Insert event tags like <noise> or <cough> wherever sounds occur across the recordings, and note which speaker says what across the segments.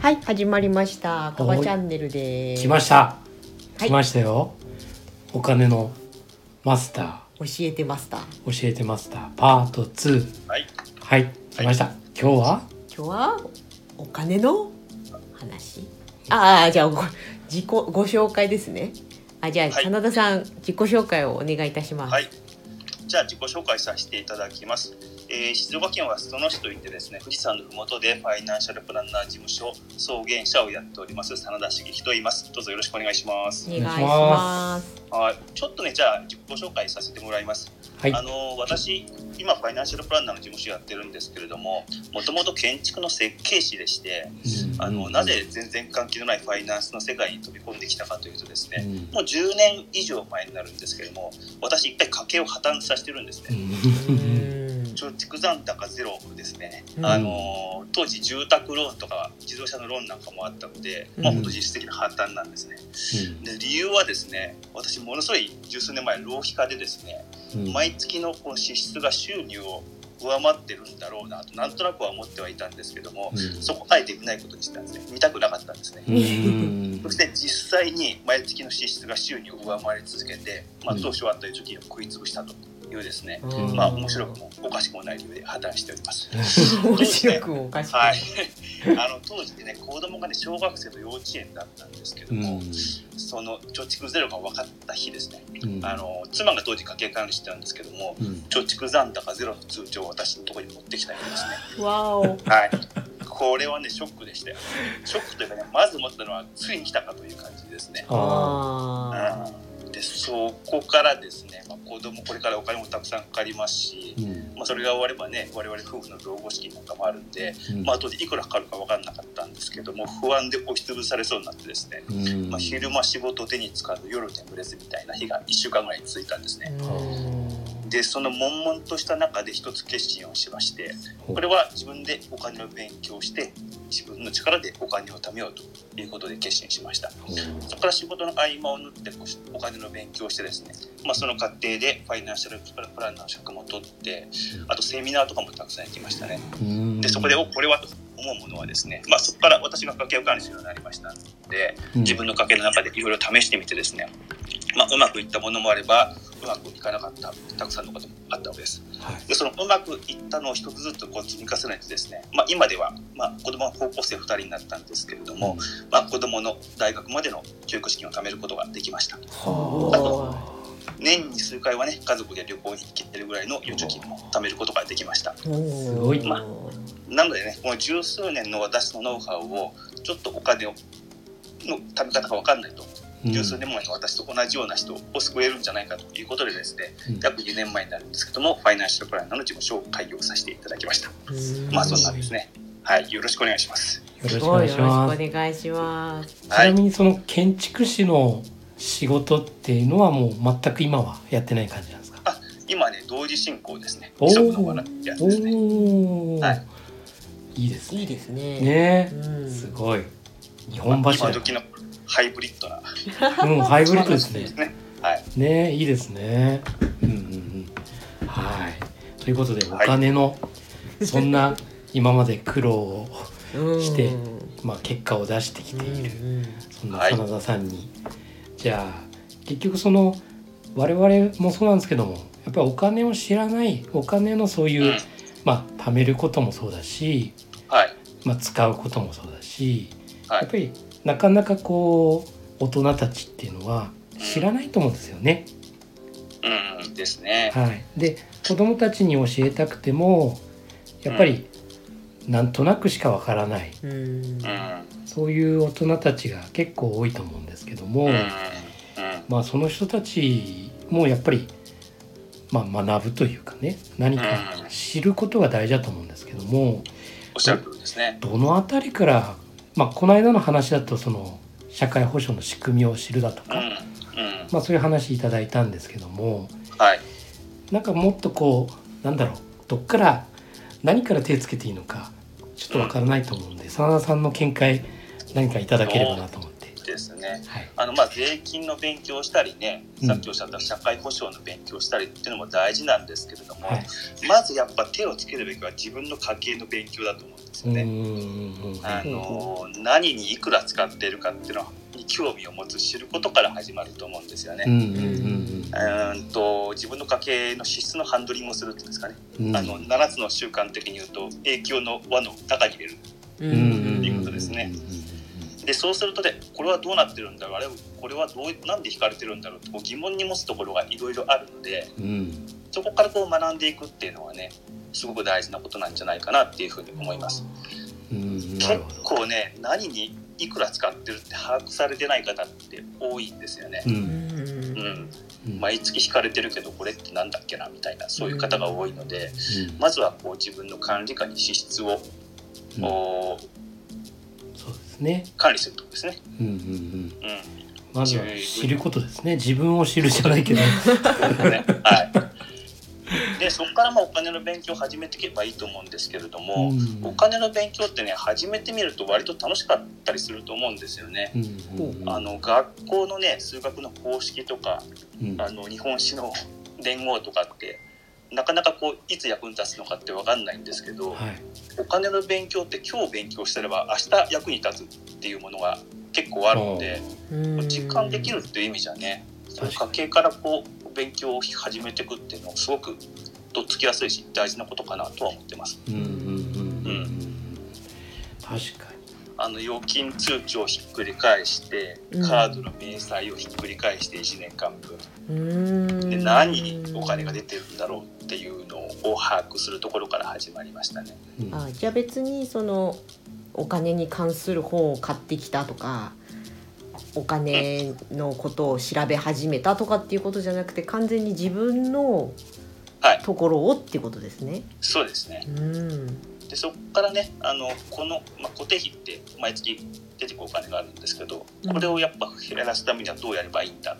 Speaker 1: はい始まりましたカバチャンネルで
Speaker 2: 来
Speaker 1: す
Speaker 2: ました、
Speaker 1: はい
Speaker 2: 来ましたよお金のマスター
Speaker 1: 教えてマスター
Speaker 2: 教えてマスターパート2
Speaker 3: はい。
Speaker 2: はい来ました、今日は
Speaker 1: 今日はお金の話ああじゃあご自己ご紹介ですねあじゃあ、
Speaker 3: はい
Speaker 1: 真田さん自己紹介をお願いいたします
Speaker 3: はい。じゃあ自己紹介させていただきます。えー静岡県は裾野市といってですね、富士山のふもとでファイナンシャルプランナー事務所創言者をやっております真田茂樹と言います。どうぞよろしくお願いします
Speaker 1: お。願いし
Speaker 2: お願いし
Speaker 1: ま
Speaker 2: ます
Speaker 3: はい。ちょっとね、じゃあ自己紹介させてもらいます。
Speaker 2: はい
Speaker 3: あの私今ファイナンシャルプランナーの事務所やってるんですけれども、もともと建築の設計士でして、あのな、ぜ全然関係のないファイナンスの世界に飛び込んできたかというとです
Speaker 2: うん
Speaker 3: ね、もう10年以上前になるんですけれども、私、一回家計を破綻させてるんです
Speaker 2: う
Speaker 3: ね。
Speaker 1: うんん
Speaker 3: 貯蓄残高ゼロですね、
Speaker 1: うん
Speaker 3: あのー当時、住宅ローンとか自動車のローンなんかもあったので、まあ、
Speaker 2: うん
Speaker 3: 本当、実質的な破綻なんですね。で理由はですね、私、ものすごい十数年前、浪費家でですね、
Speaker 2: うん
Speaker 3: 毎月のこの支出が収入を上回ってるんだろうなと、なんとなくは思ってはいたんですけども、
Speaker 2: うん
Speaker 3: そこあえて見ないことにしたんですね、見たくなかったんですね。
Speaker 2: うん
Speaker 3: そして実際に毎月の支出が収入を上回り続けて、まあ、
Speaker 2: うん
Speaker 3: 当初あった貯金を食い潰したというですね、
Speaker 2: うん
Speaker 3: まあ面白くもおかしくもない理由で破綻しております。
Speaker 1: 面白くもおかしくも
Speaker 3: はい、 <laughs> あの当時ね子供がね小学生と幼稚園だったんですけども、その貯蓄ゼロが分かった日ですね、
Speaker 2: うん
Speaker 3: あの妻が当時家計管理してたんですけども
Speaker 2: うん
Speaker 3: 貯蓄残高ゼロの通帳を私のところに持ってきたよ
Speaker 2: <laughs>
Speaker 3: うですね
Speaker 1: わお
Speaker 3: はいこれはねショックでしたよショックというかねまず思ったのはついに来たかという感じですね
Speaker 2: あ
Speaker 1: あ
Speaker 3: でそこからですね、まあ、子供これからお金もたくさんかかりますし、
Speaker 2: ーうん
Speaker 3: まあ、それが終わればね我々夫婦の老後資金なんかもあるんで、
Speaker 2: うん
Speaker 3: まあ、当時いくらかかるか分からなかったんですけども不安で押しつぶされそうになってですね、
Speaker 2: うん
Speaker 3: まあ、昼間仕事を手につかず夜眠れずみたいな日が1週間ぐらい続いたんです
Speaker 1: ー
Speaker 3: ね
Speaker 1: うん
Speaker 3: でその悶々とした中で一つ決心をしまして
Speaker 2: ほう
Speaker 3: これは自分でお金を勉強して自分の力でお金を貯めようということで決心しましたそこから仕事の合間を縫ってこうお金の勉強をしてですね、まあ、その過程でファイナンシャルプランナーの職も取ってあとセミナーとかもたくさん行きましたね
Speaker 2: うん
Speaker 3: でそこでおこれはと思うものはですね、まあ、そこから私が家計を管理するようになりましたので
Speaker 2: うん
Speaker 3: 自分の家計の中でいろいろ試してみてですね、まあ、うまくいったものもあればうまくいかなかったたくさんのこともあったわけです
Speaker 2: はい
Speaker 3: でそのうまくいったのを一つずつこう積み重ねてですね、まあ、今では、まあ、子供は高校生2人になったんですけれども、まあ、子供の大学までの教育資金を貯めることができました
Speaker 1: は
Speaker 3: 年に数回はね家族で旅行に行けるぐらいの預貯金も貯めることができました
Speaker 1: す
Speaker 2: ごい
Speaker 3: まなのでねこの十数年の私のノウハウをちょっとお金をの貯め方が分かんないと
Speaker 2: うん
Speaker 3: 十数年前の私と同じような人を救えるんじゃないかということでですね
Speaker 2: うん
Speaker 3: 約2年前になるんですけどもファイナンシャルプランナーの事務所を開業させていただきましたまあそんなんですねはいよろしくお願いします
Speaker 2: よろし
Speaker 1: す
Speaker 2: くお
Speaker 1: ご
Speaker 2: 願
Speaker 1: い
Speaker 2: い
Speaker 1: よ
Speaker 2: し
Speaker 1: ろ
Speaker 2: ま
Speaker 1: しく
Speaker 2: す
Speaker 1: お願いします
Speaker 2: ちな
Speaker 3: はい
Speaker 2: みにその建築士の仕事っていうのはもう全く今はやってない感じなんですか
Speaker 3: 今ね同時進行ですね
Speaker 2: おー
Speaker 3: 職の笑いやつ
Speaker 2: お
Speaker 3: ですね
Speaker 2: お、
Speaker 3: はい
Speaker 2: い、いです
Speaker 1: いい
Speaker 2: ね
Speaker 1: ですね
Speaker 2: ね
Speaker 1: うん
Speaker 2: すごい日本柱
Speaker 3: 今時のハイブリッドな
Speaker 2: うんハイブリッドですね
Speaker 3: ねはい
Speaker 2: ねいいですねうんうんうんはいということでお
Speaker 3: はい
Speaker 2: 金の、そんな今まで苦労を、して
Speaker 1: うん
Speaker 2: まあ、結果を出してきている、
Speaker 1: うんうん
Speaker 2: そんな真田さんに、じゃあ結局その我々もそうなんですけどもやっぱりお金を知らないお金のそういう、
Speaker 3: うん
Speaker 2: まあ貯めることもそうだし、
Speaker 3: はい
Speaker 2: まあ、使うこともそうだし、
Speaker 3: は
Speaker 2: やっ
Speaker 3: い
Speaker 2: ぱりなかなかこう大人たちっていうのは知らないと思うんですよね。
Speaker 3: うんですね
Speaker 2: はい、で子供たちに教えたくてもやっぱりなんとなくしかわからない
Speaker 1: うん
Speaker 3: うん
Speaker 2: そういう大人たちが結構多いと思うんですけども。
Speaker 3: うんうん
Speaker 2: まあ、その人たちもやっぱり、まあ、学ぶというかね何か
Speaker 3: うん
Speaker 2: 知ることが大事だと思うんですけども
Speaker 3: おっしゃる通りですね
Speaker 2: どのあたりから、まあ、この間の話だとその社会保障の仕組みを知るだと
Speaker 3: うんう
Speaker 2: か、
Speaker 3: ん
Speaker 2: まあ、そういう話いただいたんですけども
Speaker 3: はい
Speaker 2: なんかもっとこうなんだろうどっから何から手つけていいのかちょっとわからないと思うんで真田さんの見解何かいただければなと思って。
Speaker 3: でですね。
Speaker 2: はい
Speaker 3: あのまあ税金の勉強をしたりね、
Speaker 2: うん
Speaker 3: さっきおっしゃった社会保障の勉強をしたりっていうのも大事なんですけれども、
Speaker 2: はい
Speaker 3: まずやっぱ手をつけるべきは自分の家計の勉強だと思うんです
Speaker 2: う
Speaker 3: よ
Speaker 2: んう
Speaker 3: ね。
Speaker 2: んうんうん
Speaker 3: あの何にいくら使っているかっていうのに興味を持つ知ることから始まると思うんですよね。
Speaker 2: うんうんうん
Speaker 3: うーんと自分の家計の支出のハンドリングをするっていうんですかね、
Speaker 2: うん
Speaker 3: あの7つの習慣的に言うと影響の輪の中に入れる
Speaker 1: う
Speaker 2: うんうんうん
Speaker 3: っていううんことですねでそうするとねこれはどうなってるんだろうあれこれはどうなんで引かれてるんだろうってこう疑問に持つところがいろいろあるので
Speaker 2: うん
Speaker 3: そこからこう学んでいくっていうのはねすごく大事なことなんじゃないかなっていうふうに思います
Speaker 2: うんな
Speaker 3: 結
Speaker 2: るほど
Speaker 3: 構ね何にいくら使ってるって把握されてない方って多いんですよね
Speaker 2: う
Speaker 1: うんん
Speaker 3: うん
Speaker 2: うん
Speaker 3: 毎月引かれてるけどこれってなんだっけなみたいなそういう方が多いので
Speaker 2: うん
Speaker 3: まずはこう自分の管理下に支出を、
Speaker 2: うん
Speaker 3: お
Speaker 2: そうですね
Speaker 3: 管理するとこですね。
Speaker 2: うんうんうん
Speaker 3: うん
Speaker 2: まずは知ることですね自分を知るじゃないけど
Speaker 3: ねはい、でそこからまあお金の勉強を始めていけばいいと思うんですけれども、
Speaker 2: うん
Speaker 3: お金の勉強ってね始めてみると割と楽しかったりすると思うんですよね。
Speaker 2: うんうんうん
Speaker 3: あの学校のね数学の公式とか
Speaker 2: うん
Speaker 3: あの日本史の連合とかってなかなかこういつ役に立つのかって分かんないんですけど、
Speaker 2: はい
Speaker 3: お金の勉強って今日勉強してれば明日役に立つっていうものが結構あるので、
Speaker 1: うん
Speaker 3: 実感できるっていう意味じゃね
Speaker 2: 確か
Speaker 3: 家計からこう勉強を始めていくっていうのもすごくとっつきやすいし大事なことかなとは思ってます。
Speaker 2: にうんうんうんうんう
Speaker 3: うん
Speaker 2: 確かに
Speaker 3: あの預金通帳をひっくり返して
Speaker 1: うん
Speaker 3: カードの明細をひっくり返して1年間分
Speaker 1: うん
Speaker 3: で何にお金が出てるんだろうっていうのを把握するところから始まりましたね。
Speaker 2: うん
Speaker 1: あじゃあ別にそのお金に関する本を買ってきたとかお金のことを調べ始めたとかっていうことじゃなくて完全に自分の
Speaker 3: はい
Speaker 1: ところをっていうことですね。
Speaker 3: そうですね
Speaker 1: うん
Speaker 3: でそこからねあのこの、まあ、固定費って毎月出てくるお金があるんですけどこれをやっぱ減らすためにはどうやればいいんだ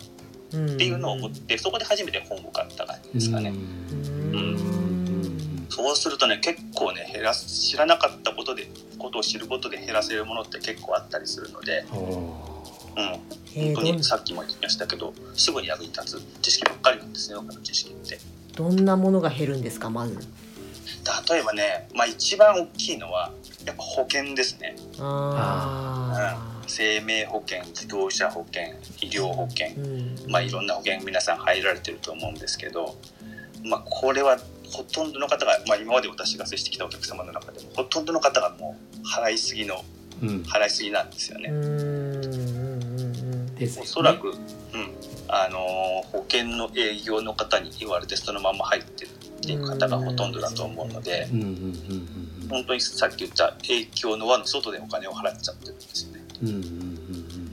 Speaker 1: うん、
Speaker 3: っていうのを思ってそこで初めて本を買った感じですかね、
Speaker 2: うんうん
Speaker 3: そうするとね結構ね減らす知らなかったことでことを知ることで減らせるものって結構あったりするので、
Speaker 2: お
Speaker 3: うん、
Speaker 1: え
Speaker 3: 本
Speaker 1: ー
Speaker 3: 当にさっきも言いましたけどすぐに役に立つ知識ばっかりなんですね他の知識って
Speaker 1: どんどんなものが減るんですかまず。
Speaker 3: 例えばね、まあ、一番大きいのはやっぱ保険ですね
Speaker 1: あ
Speaker 3: 生命保険自動車保険医療保険
Speaker 1: ーうん
Speaker 3: まあ、いろんな保険皆さん入られてると思うんですけど、まあ、これはほとんどの方が、まあ、今まで私が接してきたお客様の中でもほとんどの方がもう払いすぎの
Speaker 2: ーうん
Speaker 3: 払いすぎなんですよ
Speaker 1: う
Speaker 3: ね。
Speaker 1: んうんうん
Speaker 2: ですよ
Speaker 3: お
Speaker 2: ね
Speaker 3: そらく、うんあのー保険の営業の方に言われてそのまま入ってるっていう方がほとんどだと思うので
Speaker 2: うんうんうんうん
Speaker 3: 本当にさっき言った影響の輪の外でお金を払っちゃってるんですよね。
Speaker 2: うんうんうん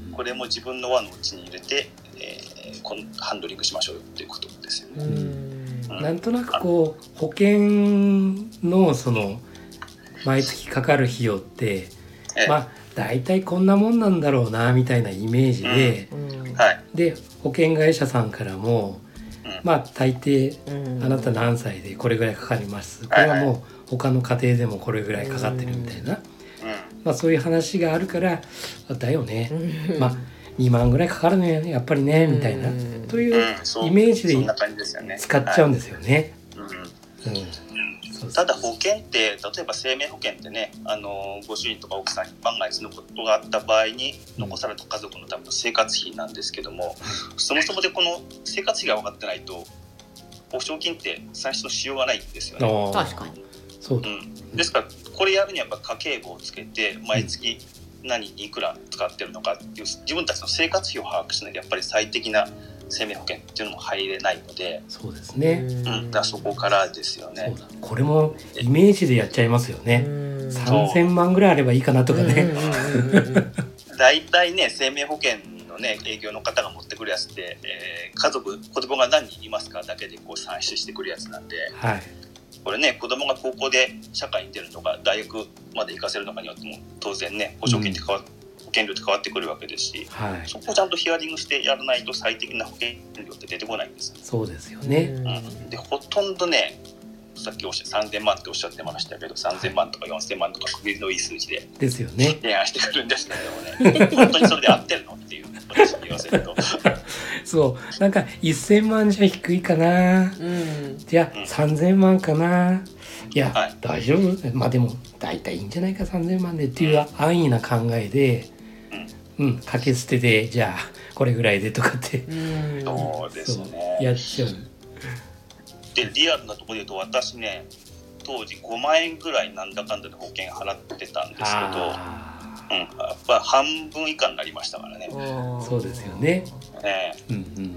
Speaker 2: うん
Speaker 3: これも自分の輪のうちに入れて、えーこのハンドリングしましょうよっていうことですよね。
Speaker 1: うんうん
Speaker 3: うん
Speaker 2: なんとなくこう保険のその毎月かかる費用って
Speaker 3: ええ
Speaker 2: まあ大体こんなもんなんだろうなみたいなイメージで、
Speaker 1: うん
Speaker 3: はい、
Speaker 2: で保険会社さんからも
Speaker 3: うん
Speaker 2: まあ大抵
Speaker 1: うん
Speaker 2: あなた何歳でこれぐらいかかりますこれはもう他の家庭でもこれぐらいかかってるみたいな、
Speaker 3: うん
Speaker 2: まあ、そういう話があるからあだよ
Speaker 1: う
Speaker 2: ね
Speaker 1: ん
Speaker 2: まあ2万ぐらいかかるのよねやっぱりねみたいな
Speaker 1: うん
Speaker 2: という
Speaker 3: うんそう
Speaker 2: イメージで
Speaker 3: そんな感じですよね
Speaker 2: 使っちゃうん
Speaker 3: は
Speaker 2: ですよね。
Speaker 3: いうん
Speaker 2: うんそうそう
Speaker 3: ただ保険って例えば生命保険ってねあのご主人とか奥さんに万が一のことがあった場合に
Speaker 2: うん
Speaker 3: 残された家族のための生活費なんですけども、そもそもでこの生活費が分かってないと保証金って算出のしようがないんですよね。
Speaker 2: あー
Speaker 1: 確かに。
Speaker 2: そう
Speaker 3: う
Speaker 2: だ、
Speaker 3: ん、ですからこれやるにはやっぱ家計簿をつけて毎月何にいくら使ってるのかっていう自分たちの生活費を把握しないとやっぱり最適な生命保険っていうのも入れないので、
Speaker 2: そうですね。
Speaker 3: うん、だからそこからですよ
Speaker 2: そう
Speaker 3: ね。
Speaker 2: だこれもイメージでやっちゃいますよね。
Speaker 1: ね
Speaker 2: 3000万ぐらいあればいいかなとかね。
Speaker 3: 大体ね生命保険のね営業の方が持ってくるやつって、えー家族子供が何人いますかだけでこう算出してくるやつなんで
Speaker 2: はい。
Speaker 3: これね子供が高校で社会に出るのか大学まで行かせるのかによっても当然ね保証金って変わ、保険料って変わってくるわけですし
Speaker 2: はい。
Speaker 3: そこをちゃんとヒアリングしてやらないと最適な保険料って出てこないんですよね
Speaker 2: そうですよね。
Speaker 3: うんでほとんどねさっきおっしゃ3000万っておっしゃってましたけど3000万とか4000万とか首のいい数字で
Speaker 2: ですよね。
Speaker 3: 提案してくるんですけれどもね本当にそれで合ってるのみっていう私に言わせると
Speaker 2: そうなんか1,000万じゃ低いかな
Speaker 1: うん
Speaker 2: じゃあ
Speaker 3: うん
Speaker 2: 3,000万かないや、
Speaker 3: はい
Speaker 2: 大丈夫まあでも大体いいんじゃないか3,000万でっていう安易な考えで、うんかけ捨ててじゃあこれぐらいでとかって
Speaker 1: うん
Speaker 3: そうです
Speaker 2: そうや
Speaker 3: ね
Speaker 2: っちゃう
Speaker 3: でリアルなところで言うと私ね当時5万円ぐらいなんだかんだで保険払ってたんですけど
Speaker 2: あ
Speaker 3: うん、やっぱ半分以下になりましたからね。
Speaker 1: あー
Speaker 2: そうですよね
Speaker 3: え
Speaker 2: ーうんうんうん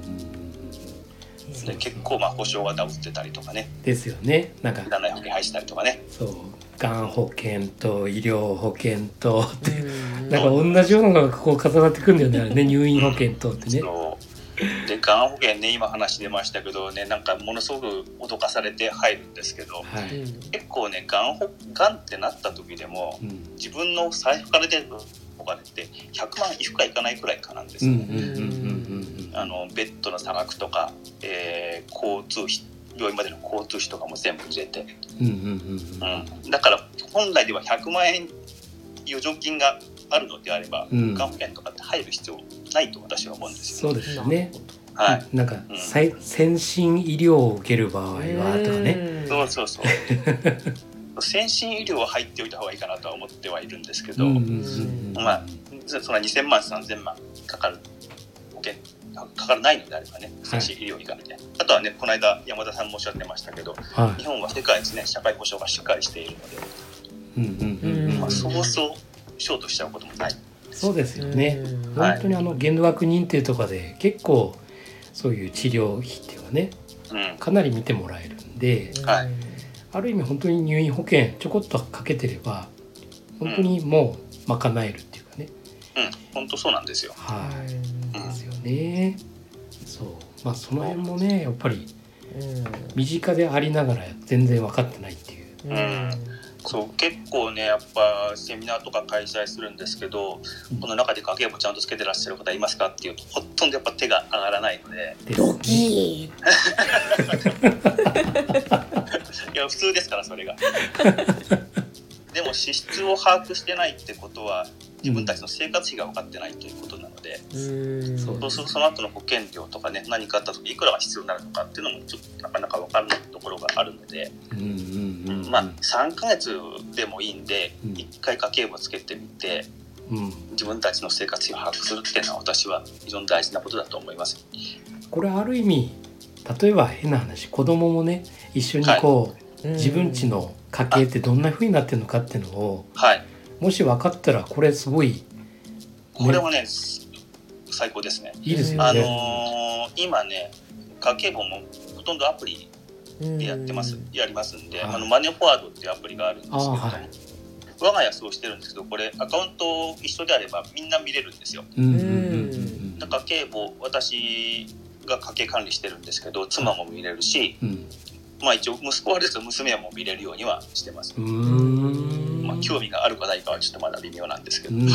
Speaker 3: えで結構まあ保証がダブってたりとかね、
Speaker 2: うんですよねなんか
Speaker 3: いらない保険入ってたりとかね、
Speaker 2: そうがん保険と医療保険とって
Speaker 1: うん
Speaker 2: なんか同じようなのがこう重なってくんだよねあれね入院保険とってね
Speaker 3: そうでがん保険ね今話出ましたけどねなんかものすごく脅かされて入るんですけど
Speaker 2: は
Speaker 1: う
Speaker 2: い、
Speaker 1: ん
Speaker 3: 結構ねがんほがんってなった時でも
Speaker 2: うん
Speaker 3: 自分の財布から出るお金って100万いくかいかないくらいかなんで
Speaker 2: う
Speaker 3: す
Speaker 2: ん
Speaker 3: よ、
Speaker 2: うんうんうんうん
Speaker 3: あのベッドの差額とか、えー交通費病院までの交通費とかも全部入れて
Speaker 2: うんうんうん
Speaker 3: うんだから本来では100万円余剰金があるのであれば、
Speaker 2: うん
Speaker 3: がん保険とかって入る必要ないと私は思うんですよ。
Speaker 2: そうですよね。
Speaker 3: はい、
Speaker 2: なんか、
Speaker 3: うん
Speaker 2: さい先進医療を受ける場合はとかね。
Speaker 3: そうそうそう
Speaker 2: <laughs>
Speaker 3: 先進医療は入っておいた方がいいかなとは思ってはいるんですけ
Speaker 2: う
Speaker 3: ど、
Speaker 2: んうんうん
Speaker 3: まあそそんな2000万3000万かかる保険かからないのであればね先進医療に行かなきゃ、あとはねこの間山田さんもおっしゃってましたけど
Speaker 2: は
Speaker 3: 日本は世界一ね社会保障がしっかりしているので、
Speaker 2: い。うんうんうんうん
Speaker 3: まあ、
Speaker 1: ん
Speaker 3: そうそうショートしちゃうこともない。
Speaker 2: そうですよね。
Speaker 1: うん
Speaker 3: はい
Speaker 2: 本当にあの限度額認定とかで結構そういう治療費っていうのはね
Speaker 3: うん
Speaker 2: かなり見てもらえるんで、
Speaker 3: はい
Speaker 2: ある意味本当に入院保険ちょこっとかけてれば本当にもう賄えるっていうかね。
Speaker 3: うん、本当そうなんですよ。
Speaker 2: はい。
Speaker 1: う
Speaker 2: ですよね。そう。まあその辺もねやっぱり身近でありながら全然分かってないっていう。
Speaker 1: ん
Speaker 3: そう結構ねやっぱセミナーとか開催するんですけどこの中で家計簿ちゃんとつけてらっしゃる方いますかっていうとほとんどやっぱ手が上がらないので
Speaker 2: ですね
Speaker 1: ドキ
Speaker 3: いや普通ですから
Speaker 2: <laughs>
Speaker 3: それがでも支出を把握してないってことは自分たちの生活費が分かってないということなので、
Speaker 1: ー
Speaker 2: そう
Speaker 3: そうするとその後の保険料とかね何かあった時いくらが必要になるのかっていうのもちょっとなかなか分からないところがあるので、
Speaker 2: うんうんうんうん
Speaker 3: まあ3ヶ月でもいいんで
Speaker 2: うん
Speaker 3: 1回家計簿つけてみて、
Speaker 2: うん、
Speaker 3: 自分たちの生活費を把握するっていうのは私は非常に大事なことだと思います。
Speaker 2: これある意味例えば変な話子供もね一緒にこう、自分家の家計ってどんな風になってるのかっていうのを
Speaker 3: はい、
Speaker 2: もし分かったらこれすごい
Speaker 3: これはね、す最高ですね。
Speaker 2: いいですよ
Speaker 3: あ
Speaker 2: ね。
Speaker 3: のー今ね、家計簿もほとんどアプリでやってます、やりますんで、
Speaker 2: はい
Speaker 3: あのマネーフォワードっていうアプリがあるんですけれども、
Speaker 2: あーはい
Speaker 3: 我が家そうしてるんですけど、これアカウント一緒であればみんな見れるんですよ。
Speaker 2: うんうんうん
Speaker 3: だから家計簿私が家計管理してるんですけど、妻も見れるし、
Speaker 2: うんうん
Speaker 3: まあ一応息子はあれですけど娘も見れるようにはしてます。
Speaker 2: うんうん
Speaker 3: まあ興味があるかないかはちょっとまだ微妙なんですけど。
Speaker 2: うんうんう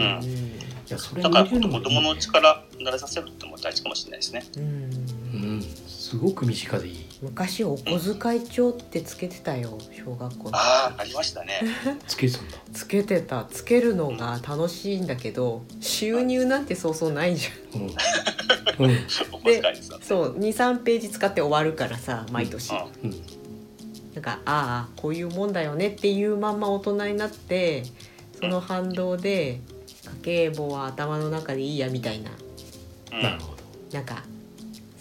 Speaker 2: んいやそれ
Speaker 3: だから
Speaker 2: 見れ
Speaker 3: 子
Speaker 2: るのいいね
Speaker 3: 供の力慣れさせるってのも大事かもしれないですね。
Speaker 2: うんすごく身近でいい
Speaker 1: 昔お小遣い帳ってつけてたよ小学校の
Speaker 3: ああ、ありましたね。
Speaker 2: <laughs> つけてたんだ
Speaker 1: つけてたつけるのが楽しいんだけど収入なんてそうそうないじゃ
Speaker 3: <laughs>
Speaker 2: うんうん
Speaker 3: お小遣いですよ
Speaker 1: ん。そう23ページ使って終わるからさ毎年
Speaker 3: うん
Speaker 2: うん
Speaker 1: なんかああこういうもんだよねっていうまんま大人になってその反動で家計簿は頭の中でいいやみたいな
Speaker 3: うん
Speaker 2: なるほど
Speaker 1: なんか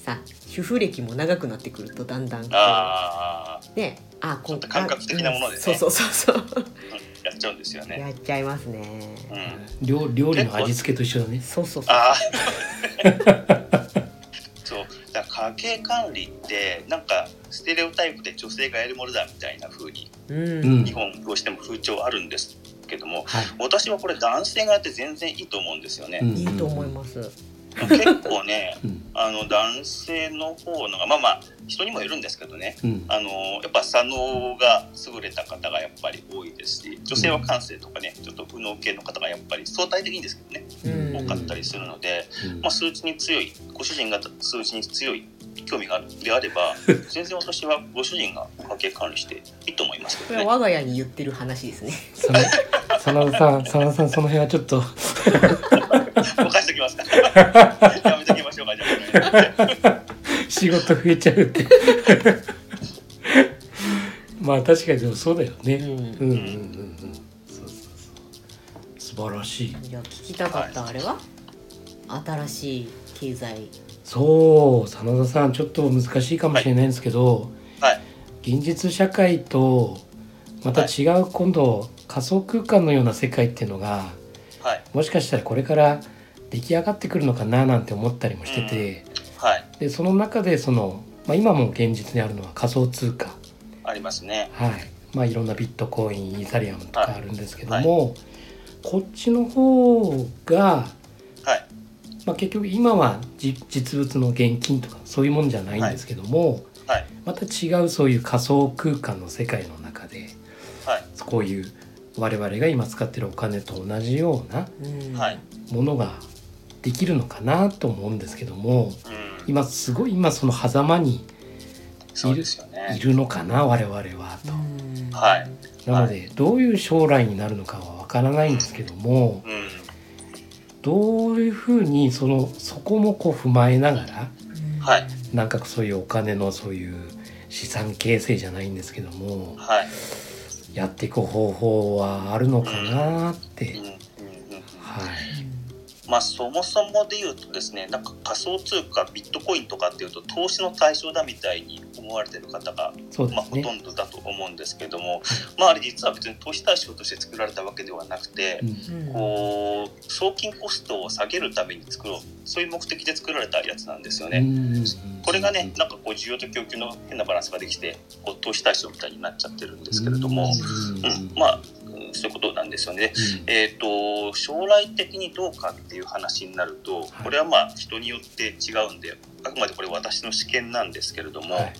Speaker 1: さ主婦歴も長くなってくるとだんだんこう
Speaker 3: ああ、
Speaker 1: ねあ
Speaker 3: ちょ
Speaker 1: こ
Speaker 3: っと感覚的なものでね
Speaker 1: あうんそうそうそうそう
Speaker 3: うんやっちゃうんですよね。
Speaker 1: やっちゃいますね、
Speaker 3: うん。
Speaker 2: 料料理の味付けと一緒だね
Speaker 1: そうそうそう
Speaker 3: ああ。 <laughs> そう、だから家計管理って、なんかステレオタイプで女性がやるものだみたいな風に。
Speaker 1: うん、
Speaker 2: うん
Speaker 3: 日本どうしても風潮あるんですけども。
Speaker 2: はい
Speaker 3: 私はこれ男性がやって全然いいと思うんですよね。
Speaker 1: いいと思います、
Speaker 3: 結構ね、
Speaker 2: すうん
Speaker 3: あの男性の方のが、まあまあ、人にもよるんですけどね。
Speaker 2: うん
Speaker 3: あのやっぱ左脳が優れた方がやっぱり多いですし女性は感性とかねちょっと右脳系の方がやっぱり相対的にですけどね
Speaker 1: うん
Speaker 3: 多かったりするので、
Speaker 2: うん
Speaker 3: まあ、数値に強いご主人が数値に強い興味があるであれ
Speaker 2: <laughs>
Speaker 3: ば全然私はご主人が家計管理していいと思いますけ
Speaker 1: こ
Speaker 3: ど
Speaker 1: れは
Speaker 3: ね。
Speaker 1: 我が家に言ってる話ですね
Speaker 2: その真田さん真田さんその辺はちょっと
Speaker 3: <laughs> 任せとき
Speaker 2: <laughs>
Speaker 3: ますか。やめときましょうか、じゃあこれ。
Speaker 2: 仕事増えちゃうって <laughs> まあ確かにでもそうだよねう
Speaker 1: うん
Speaker 2: うんうんうんそうそうそう素晴らしい
Speaker 1: いや聞きたかった、あれは新しい経済
Speaker 2: そう真田さんちょっと難しいかもしれないんですけど、
Speaker 3: はい
Speaker 2: 現実社会とまた違う、今度仮想空間のような世界っていうのが
Speaker 3: はい。
Speaker 2: もしかしたらこれから出来上がってくるのかななんて思ったりもしてて、
Speaker 3: はい。
Speaker 2: でその中でその、まあ、今も現実にあるのは仮想通貨、
Speaker 3: ありますね。
Speaker 2: はいまあ、いろんなビットコインイーサリアムとかあるんですけども、
Speaker 3: はい
Speaker 2: こっちの方が、
Speaker 3: はい。
Speaker 2: まあ、結局今はじ実物の現金とかそういうもんじゃないんですけども、
Speaker 3: はい。
Speaker 2: また違うそういう仮想空間の世界の中で
Speaker 3: はい。
Speaker 2: こういう我々が今使ってるお金と同じような
Speaker 1: うん
Speaker 3: はい。
Speaker 2: ものができるのかなと思うんですけども
Speaker 3: うん。
Speaker 2: 今すごい今その狭間に
Speaker 3: そうですよね
Speaker 2: い。るのかな我々は
Speaker 1: うん
Speaker 3: はい
Speaker 2: と。なのでどういう将来になるのかはわからないんですけども
Speaker 3: うん。
Speaker 2: どういうふうにそのそこもこう踏まえながら
Speaker 3: はい
Speaker 2: なんかそういうお金のそういう資産形成じゃないんですけども
Speaker 3: はい。
Speaker 2: やっていく方法はあるのかなっ
Speaker 3: う
Speaker 2: て
Speaker 3: ん。うん。うん。
Speaker 2: はい
Speaker 3: まあ、そもそもで言うとですね、なんか仮想通貨、ビットコインとかっていうと、投資の対象だみたいに思われてる方が、
Speaker 2: そうで
Speaker 3: まあ、
Speaker 2: す
Speaker 3: ほと
Speaker 2: ね
Speaker 3: んどだと思うんですけども、まあ、あれ実は別に投資対象として作られたわけではなくて
Speaker 2: う、ん
Speaker 1: うん
Speaker 3: こう、送金コストを下げるために作ろう、そういう目的で作られたやつなんですよ
Speaker 2: う
Speaker 3: ね。
Speaker 2: んうん
Speaker 3: これがね、なんかこう、需要と供給の変なバランスができて、こう投資対象みたいになっちゃってるんですけれども、
Speaker 2: うん
Speaker 3: うん、まあ、うんそういうことなんですよね。
Speaker 2: うん
Speaker 3: えー、と将来的にどうかっていう話になると
Speaker 2: はい
Speaker 3: これはまあ人によって違うんであくまでこれ私の試験なんですけれども、
Speaker 2: はい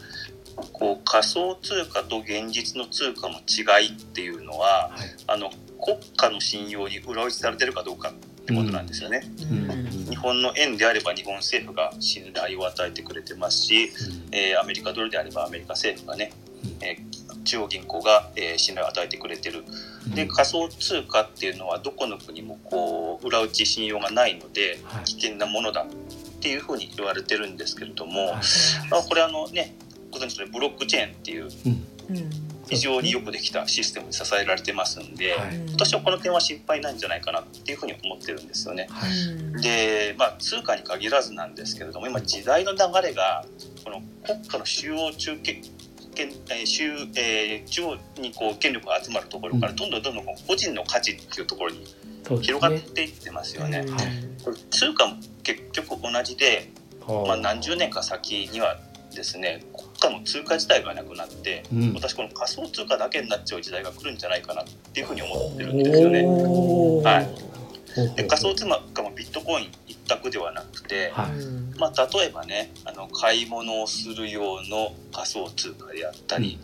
Speaker 3: こう仮想通貨と現実の通貨の違いっていうのは
Speaker 2: はい
Speaker 3: あの国家の信用に裏打ちされてるかどうかってことなんですよね。
Speaker 1: うん
Speaker 2: うん
Speaker 3: 日本の円であれば日本政府が信頼を与えてくれてますし、えーアメリカドルであればアメリカ政府がね、えー中央銀行が、えー信頼を与えてくれてる
Speaker 2: うん
Speaker 3: で仮想通貨っていうのはどこの国もこう裏打ち信用がないので
Speaker 2: はい
Speaker 3: 危険なものだっていうふうに言われてるんですけれど
Speaker 2: は
Speaker 3: も、
Speaker 2: い
Speaker 3: まあ、これあのねご存知のようにブロックチェーンっていう
Speaker 2: うん
Speaker 1: うん
Speaker 3: 非常によくできたシステムに支えられてますんで、
Speaker 2: はい
Speaker 1: うん
Speaker 3: 私はこの点は心配ないんじゃないかなっていうふうに思ってるんですよね。
Speaker 2: はい
Speaker 1: うん
Speaker 3: で、まあ、通貨に限らずなんですけれども今時代の流れがこの国家の中央中継権えー中えー中央にこう権力が集まるところから
Speaker 2: うん
Speaker 3: どんどんどんどんこう個人の価値っていうところに
Speaker 2: そうですね
Speaker 3: 広がっていってますよね。
Speaker 2: はい
Speaker 3: これ通貨も結局同じで、
Speaker 2: はあ
Speaker 3: まあ、何十年か先にはですね国家の通貨自体がなくなって
Speaker 2: うん
Speaker 3: 私この仮想通貨だけになっちゃう時代が来るんじゃないかなっていうふうに思ってるんですよね。
Speaker 2: おー
Speaker 3: はい
Speaker 2: ほうほう
Speaker 3: で仮想通貨もビットコイン一択ではなくて、
Speaker 2: はい
Speaker 1: うん
Speaker 3: まあ、例えばねあの買い物をする用の仮想通貨であったり、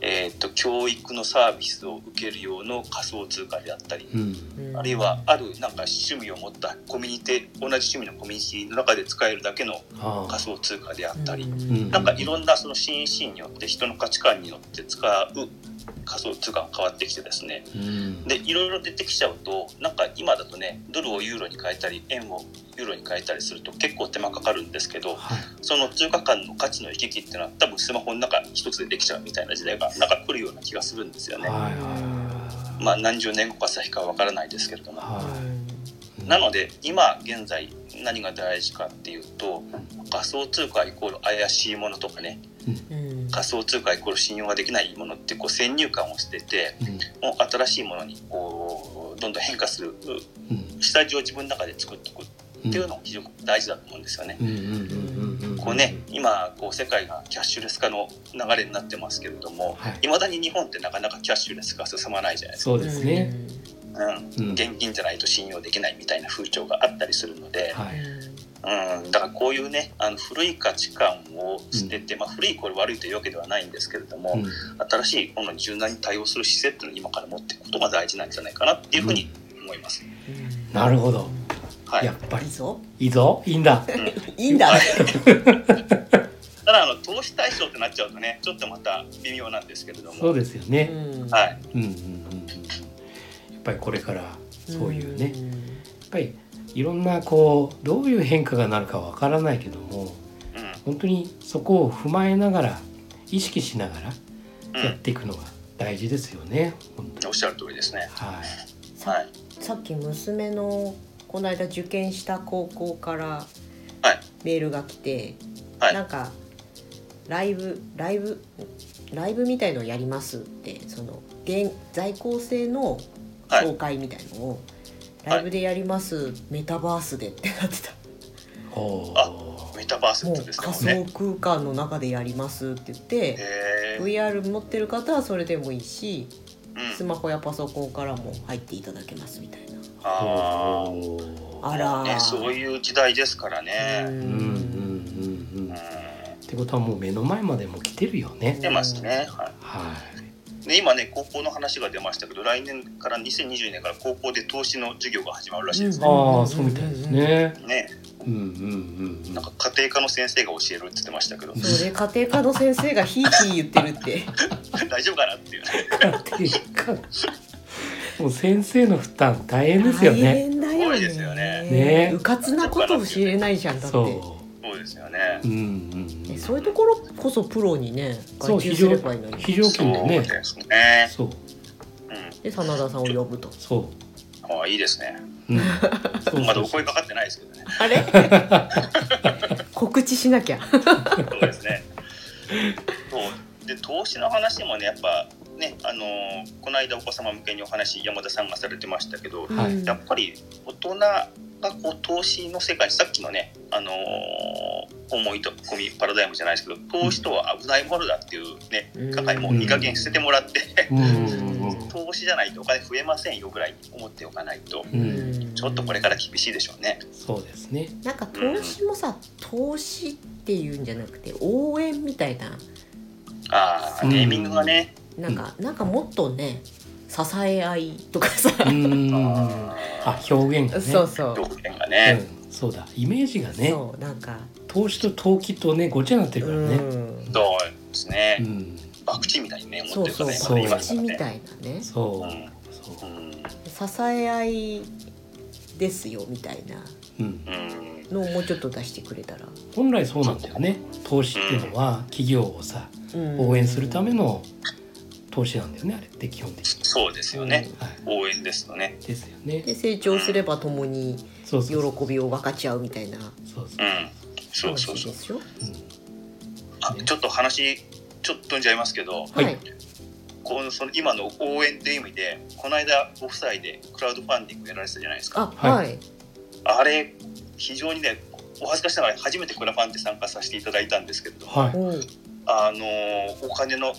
Speaker 3: えー、と教育のサービスを受ける用の仮想通貨であったり、
Speaker 2: うん
Speaker 1: うん
Speaker 3: あるいはあるなんか趣味を持ったコミュニティ同じ趣味のコミュニティの中で使えるだけの
Speaker 2: あ
Speaker 3: 仮想通貨であったり、
Speaker 1: うん
Speaker 3: なんかいろんなその心身によって人の価値観によって使う仮想通貨が変わってきてですね
Speaker 2: うん
Speaker 3: でいろいろ出てきちゃうとなんか今だとねドルをユーロに変えたり円をユーロに変えたりすると結構手間かかるんですけど
Speaker 2: はい
Speaker 3: その通貨間の価値の行き来っていうのは多分スマホの中一つでできちゃうみたいな時代がなんか来るような気がするんですよ
Speaker 2: はい
Speaker 3: ね。
Speaker 2: はい
Speaker 3: まあ何十年後か先かわからないですけれども。
Speaker 2: ははい
Speaker 3: なので今現在何が大事かっていうと仮想通貨イコール怪しいものとかね
Speaker 1: うん
Speaker 3: 仮想通貨イコール信用ができないものってこう先入観を捨てて
Speaker 2: うん
Speaker 3: もう新しいものにこうどんどん変化する
Speaker 2: うん
Speaker 3: 下地を自分の中で作っていくっていうのも非常に大事だと思うんですよね。
Speaker 2: うんうんうんうんうん
Speaker 3: こうね今こう世界がキャッシュレス化の流れになってますけれども
Speaker 2: はい
Speaker 3: いまだに日本ってなかなかキャッシュレス化進まないじゃないです
Speaker 2: そうですね
Speaker 3: か、うん
Speaker 2: うん
Speaker 3: 現金じゃないと信用できないみたいな風潮があったりするので、
Speaker 1: う
Speaker 2: は
Speaker 1: ん
Speaker 2: い
Speaker 3: うん、だからこういうねあの古い価値観を捨てて、まあ、古いこれ悪いというわけではないんですけれども、
Speaker 2: うん
Speaker 3: 新しいこの柔軟に対応する姿勢っていうのを今から持っていくことが大事なんじゃないかなっていうふうに思います。
Speaker 1: うん
Speaker 2: なるほど
Speaker 3: はい
Speaker 2: やっぱり
Speaker 1: いいぞ
Speaker 2: いいぞいいんだ
Speaker 1: いいんだ
Speaker 3: はいただあの投資対象ってなっちゃうとねちょっとまた微妙なんですけれども
Speaker 2: そうですよ
Speaker 1: う
Speaker 2: ね
Speaker 1: ん
Speaker 3: はい、
Speaker 2: うんうんうんうんやっぱりこれからそういうね
Speaker 1: ん
Speaker 2: やっぱりいろんなこうどういう変化がなるかわからないけども
Speaker 3: う
Speaker 2: 本当にそこを踏まえながら意識しなが
Speaker 3: ん、
Speaker 2: らやっていくのが大事ですよね。本当
Speaker 3: うん、おっしゃる通りですね。
Speaker 2: はい
Speaker 1: さ
Speaker 3: はい、
Speaker 1: さっき娘のこの間受験した高校から
Speaker 3: はい
Speaker 1: メールが来て、
Speaker 3: はい
Speaker 1: なんかライブライブライブみたいのをやりますってその現在校生の
Speaker 3: はい
Speaker 1: 紹介みたいのを、
Speaker 3: はい
Speaker 1: ライブでやりますメタバースでってなってた。
Speaker 2: おー
Speaker 3: あメタバース
Speaker 1: も
Speaker 3: っ
Speaker 1: う
Speaker 3: てことですね。
Speaker 1: 仮
Speaker 3: もうね
Speaker 1: 想空間の中でやりますって言って
Speaker 3: へえ。
Speaker 1: VR 持ってる方はそれでもいいし
Speaker 3: うん
Speaker 1: スマホやパソコンからも入っていただけますみたいな
Speaker 3: あ
Speaker 2: おー
Speaker 1: あら
Speaker 3: あ、
Speaker 1: ー
Speaker 3: ね、そういう時代ですからね。
Speaker 2: うんうんうんうん。っ
Speaker 3: うん、
Speaker 2: てことはもう目の前までも来てるよね。
Speaker 3: 出ますね。は
Speaker 2: はい。
Speaker 3: い。で今ね高校の話が出ましたけど、来年から2020年から高校で投資の授業が始まるらしいですね。
Speaker 2: ああそうみたいですね。
Speaker 3: ね、
Speaker 2: うんうんうん。
Speaker 3: なんか家庭科の先生が教えるって言ってましたけど、
Speaker 1: それ家庭科の先生がひいひい言ってるって
Speaker 3: <laughs> 大丈夫かなっていうね。
Speaker 2: 家庭科もう先生の負担大変ですよ
Speaker 1: 大
Speaker 2: ね。
Speaker 1: 変だよ
Speaker 3: 多
Speaker 1: ね
Speaker 3: いですよね
Speaker 2: ね
Speaker 1: うかつなことを知れないじゃんだって
Speaker 2: そ
Speaker 3: そうですよね
Speaker 2: う。う。んうんう
Speaker 1: え
Speaker 2: ん。
Speaker 1: そういうところこそプロにね
Speaker 2: そう
Speaker 1: 外注
Speaker 2: 非
Speaker 1: す
Speaker 2: 常
Speaker 1: ればいいのに
Speaker 2: 非常
Speaker 3: そう
Speaker 2: 勤でね。
Speaker 3: ですね。
Speaker 2: そう
Speaker 3: うん
Speaker 1: で真田さんを呼ぶと
Speaker 2: そ
Speaker 3: ああいいですね。
Speaker 2: う。うん。そう
Speaker 3: まだ
Speaker 2: そ
Speaker 3: お
Speaker 2: うそ
Speaker 3: 声
Speaker 2: う
Speaker 3: かかってないですけどね。
Speaker 1: あれ <laughs> 告知しなきゃ
Speaker 3: そうですね。そうで投資の話もねやっぱねあのーこの間お子様向けにお話山田さんがされてましたけど、
Speaker 2: はい
Speaker 1: うん
Speaker 3: やっぱり大人がこう投資の世界さっきのねあのー思いと込みパラダイムじゃないですけど投資とは危ないものだっていうね
Speaker 1: うん
Speaker 3: 考えもういい加減捨ててもらって、 <laughs>
Speaker 2: うんうんうん。
Speaker 3: 投資じゃないとお金増えませんよぐらい思っておかないと
Speaker 2: う。
Speaker 1: うんん
Speaker 3: ちょっとこれから厳しいでしょうね。
Speaker 2: そうですね。
Speaker 1: なんか投資もさ投資っていうんじゃなくて応援みたいな
Speaker 3: ああネーミングがね、
Speaker 1: なんか、なんかもっとね支え合いとかさ、
Speaker 2: うんうんうん。あ
Speaker 3: あ
Speaker 2: 表現がね。
Speaker 1: そうそう、
Speaker 3: 表現がね。
Speaker 2: うん。そうだ。イメージがね。
Speaker 1: そうなんか、
Speaker 2: 投資と投機とねごっちゃになってるから
Speaker 1: う
Speaker 2: ね。
Speaker 1: ん
Speaker 3: そうですね、
Speaker 2: うん。
Speaker 3: バクチみたいにね持
Speaker 1: そう
Speaker 3: ってる
Speaker 1: そ
Speaker 3: 方
Speaker 1: う
Speaker 3: ね
Speaker 1: そうう
Speaker 2: 今
Speaker 1: 口み
Speaker 3: ね。
Speaker 1: たいなね
Speaker 2: そううんそうう。
Speaker 3: ん
Speaker 1: 支え合いですよみたいな
Speaker 2: うん。
Speaker 3: うん
Speaker 1: のをもうちょっと出してくれたら、
Speaker 2: 本来そうなんだよね。投資っていうのは企業をさ
Speaker 1: うん
Speaker 2: 応援するための投資なんだよねあれって基本的に。
Speaker 3: そうですよね、
Speaker 2: は
Speaker 3: 応援ですよね
Speaker 2: い。ですよね。
Speaker 1: で成長すれば共に
Speaker 2: そう
Speaker 1: 喜
Speaker 2: そうそう。
Speaker 1: びを分かち合うみたいな
Speaker 2: そう
Speaker 3: う
Speaker 2: そうん
Speaker 3: そうそ
Speaker 1: 話
Speaker 3: うそう
Speaker 1: でしょ
Speaker 3: あちょっと話ちょっと飛んじゃいますけど
Speaker 2: はい
Speaker 1: はい
Speaker 3: このその今の応援という意味でこの間ご夫妻でクラウドファンディングやられてたじゃないですか
Speaker 1: あ
Speaker 2: はい
Speaker 1: はい
Speaker 3: あれ非常にねお恥ずかしながら初めてクラファンで参加させていただいたんですけれども、
Speaker 2: は
Speaker 1: う
Speaker 2: い。
Speaker 1: ん
Speaker 3: あのーお金の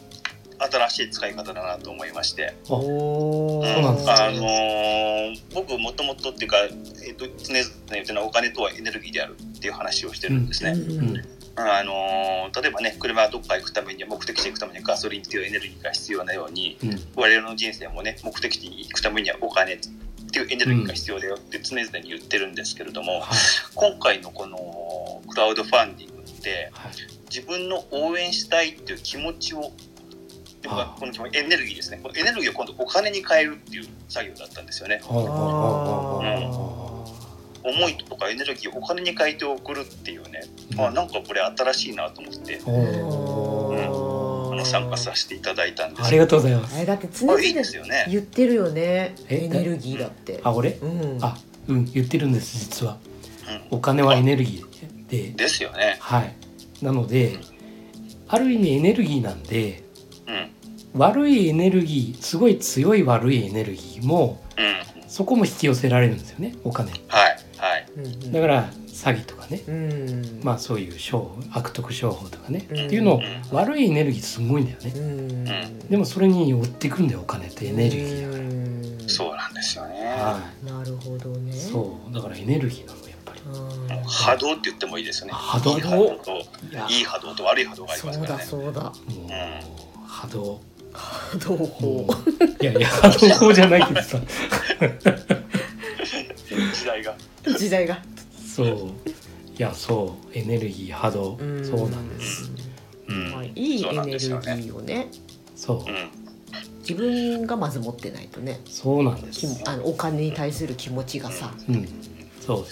Speaker 3: 新しい使い方だなと思いまして、
Speaker 1: おー
Speaker 2: そうなんです
Speaker 3: あのー僕もともとっていうか、えっと常々言ってるのはお金とはエネルギーであるっていう話をしてるんですね、
Speaker 1: うん
Speaker 2: うん。
Speaker 3: あのー例えばね車はどっか行くために目的地に行くためにガソリンっていうエネルギーが必要なように
Speaker 2: うん。
Speaker 3: 我々の人生もね目的地に行くためにはお金っていうエネルギーが必要だよって常々言ってるんですけれども、
Speaker 2: はい
Speaker 3: 今回のこのクラウドファンディングって
Speaker 2: はい。
Speaker 3: 自分の応援したいっていう気持ちをでも
Speaker 2: ああ
Speaker 3: この気持ちエネルギーですねこのエネルギーを今度お金に変えるっていう作業だったんですよね
Speaker 2: ほうほうほうほうほうほう
Speaker 3: 思いとかエネルギーをお金に変えて送るっていうね、
Speaker 2: うん
Speaker 3: あなんかこれ新しいなと思って
Speaker 2: おー
Speaker 3: あの参加させていただいたんです
Speaker 2: ありがとうございま
Speaker 1: あれ
Speaker 2: す。
Speaker 1: だって常
Speaker 3: あ
Speaker 1: 々
Speaker 3: いいですよね
Speaker 1: 言ってるよね
Speaker 2: え
Speaker 1: エネルギーだって
Speaker 2: あ、俺
Speaker 1: うん
Speaker 2: あ、うん、言ってるんです、実は。
Speaker 3: う
Speaker 2: お金はエネルギー
Speaker 3: ん
Speaker 2: で。
Speaker 3: ですよね
Speaker 2: はい。なので、ある意味エネルギーなんで、
Speaker 3: うんうん
Speaker 2: 悪いエネルギー、すごい強い悪いエネルギーも、そこも引き寄せられるんですよね、お金。
Speaker 3: はいはい
Speaker 1: うんうん
Speaker 2: だから、詐欺とかね、
Speaker 1: うん
Speaker 2: まあそういう商法、悪徳商法とかね、
Speaker 1: うん
Speaker 2: っていうのを、悪いエネルギーすごいんだよね
Speaker 1: う。ん
Speaker 2: でもそれに寄ってくんだよ、お金ってエネルギーだ
Speaker 1: うん
Speaker 3: そうなんですよね、
Speaker 2: から。は
Speaker 1: なるほどね
Speaker 2: い。そう、だからエネルギーなの、やっぱり。
Speaker 1: うん
Speaker 3: もう波動って言ってもいいですね
Speaker 2: 波動
Speaker 3: いい波動と
Speaker 2: いや
Speaker 3: いい波動と悪い波動があり
Speaker 1: そ
Speaker 3: ます
Speaker 1: う
Speaker 3: から
Speaker 1: だ
Speaker 3: ね
Speaker 1: そうだ <laughs>
Speaker 2: もう波動
Speaker 1: 同
Speaker 2: も
Speaker 1: 胞
Speaker 2: ういやいや波動法じゃないけどさ
Speaker 3: 時代が
Speaker 1: 時代が
Speaker 2: そういやそうエネルギー波動そうなんです、
Speaker 3: うん
Speaker 1: まあいいエネルギーをね
Speaker 2: そう
Speaker 3: うん
Speaker 1: 自分がまず持ってないとね
Speaker 2: そうなんで
Speaker 1: き
Speaker 2: す
Speaker 1: あのお金に対する気持ちがさ
Speaker 2: うんそうそうそう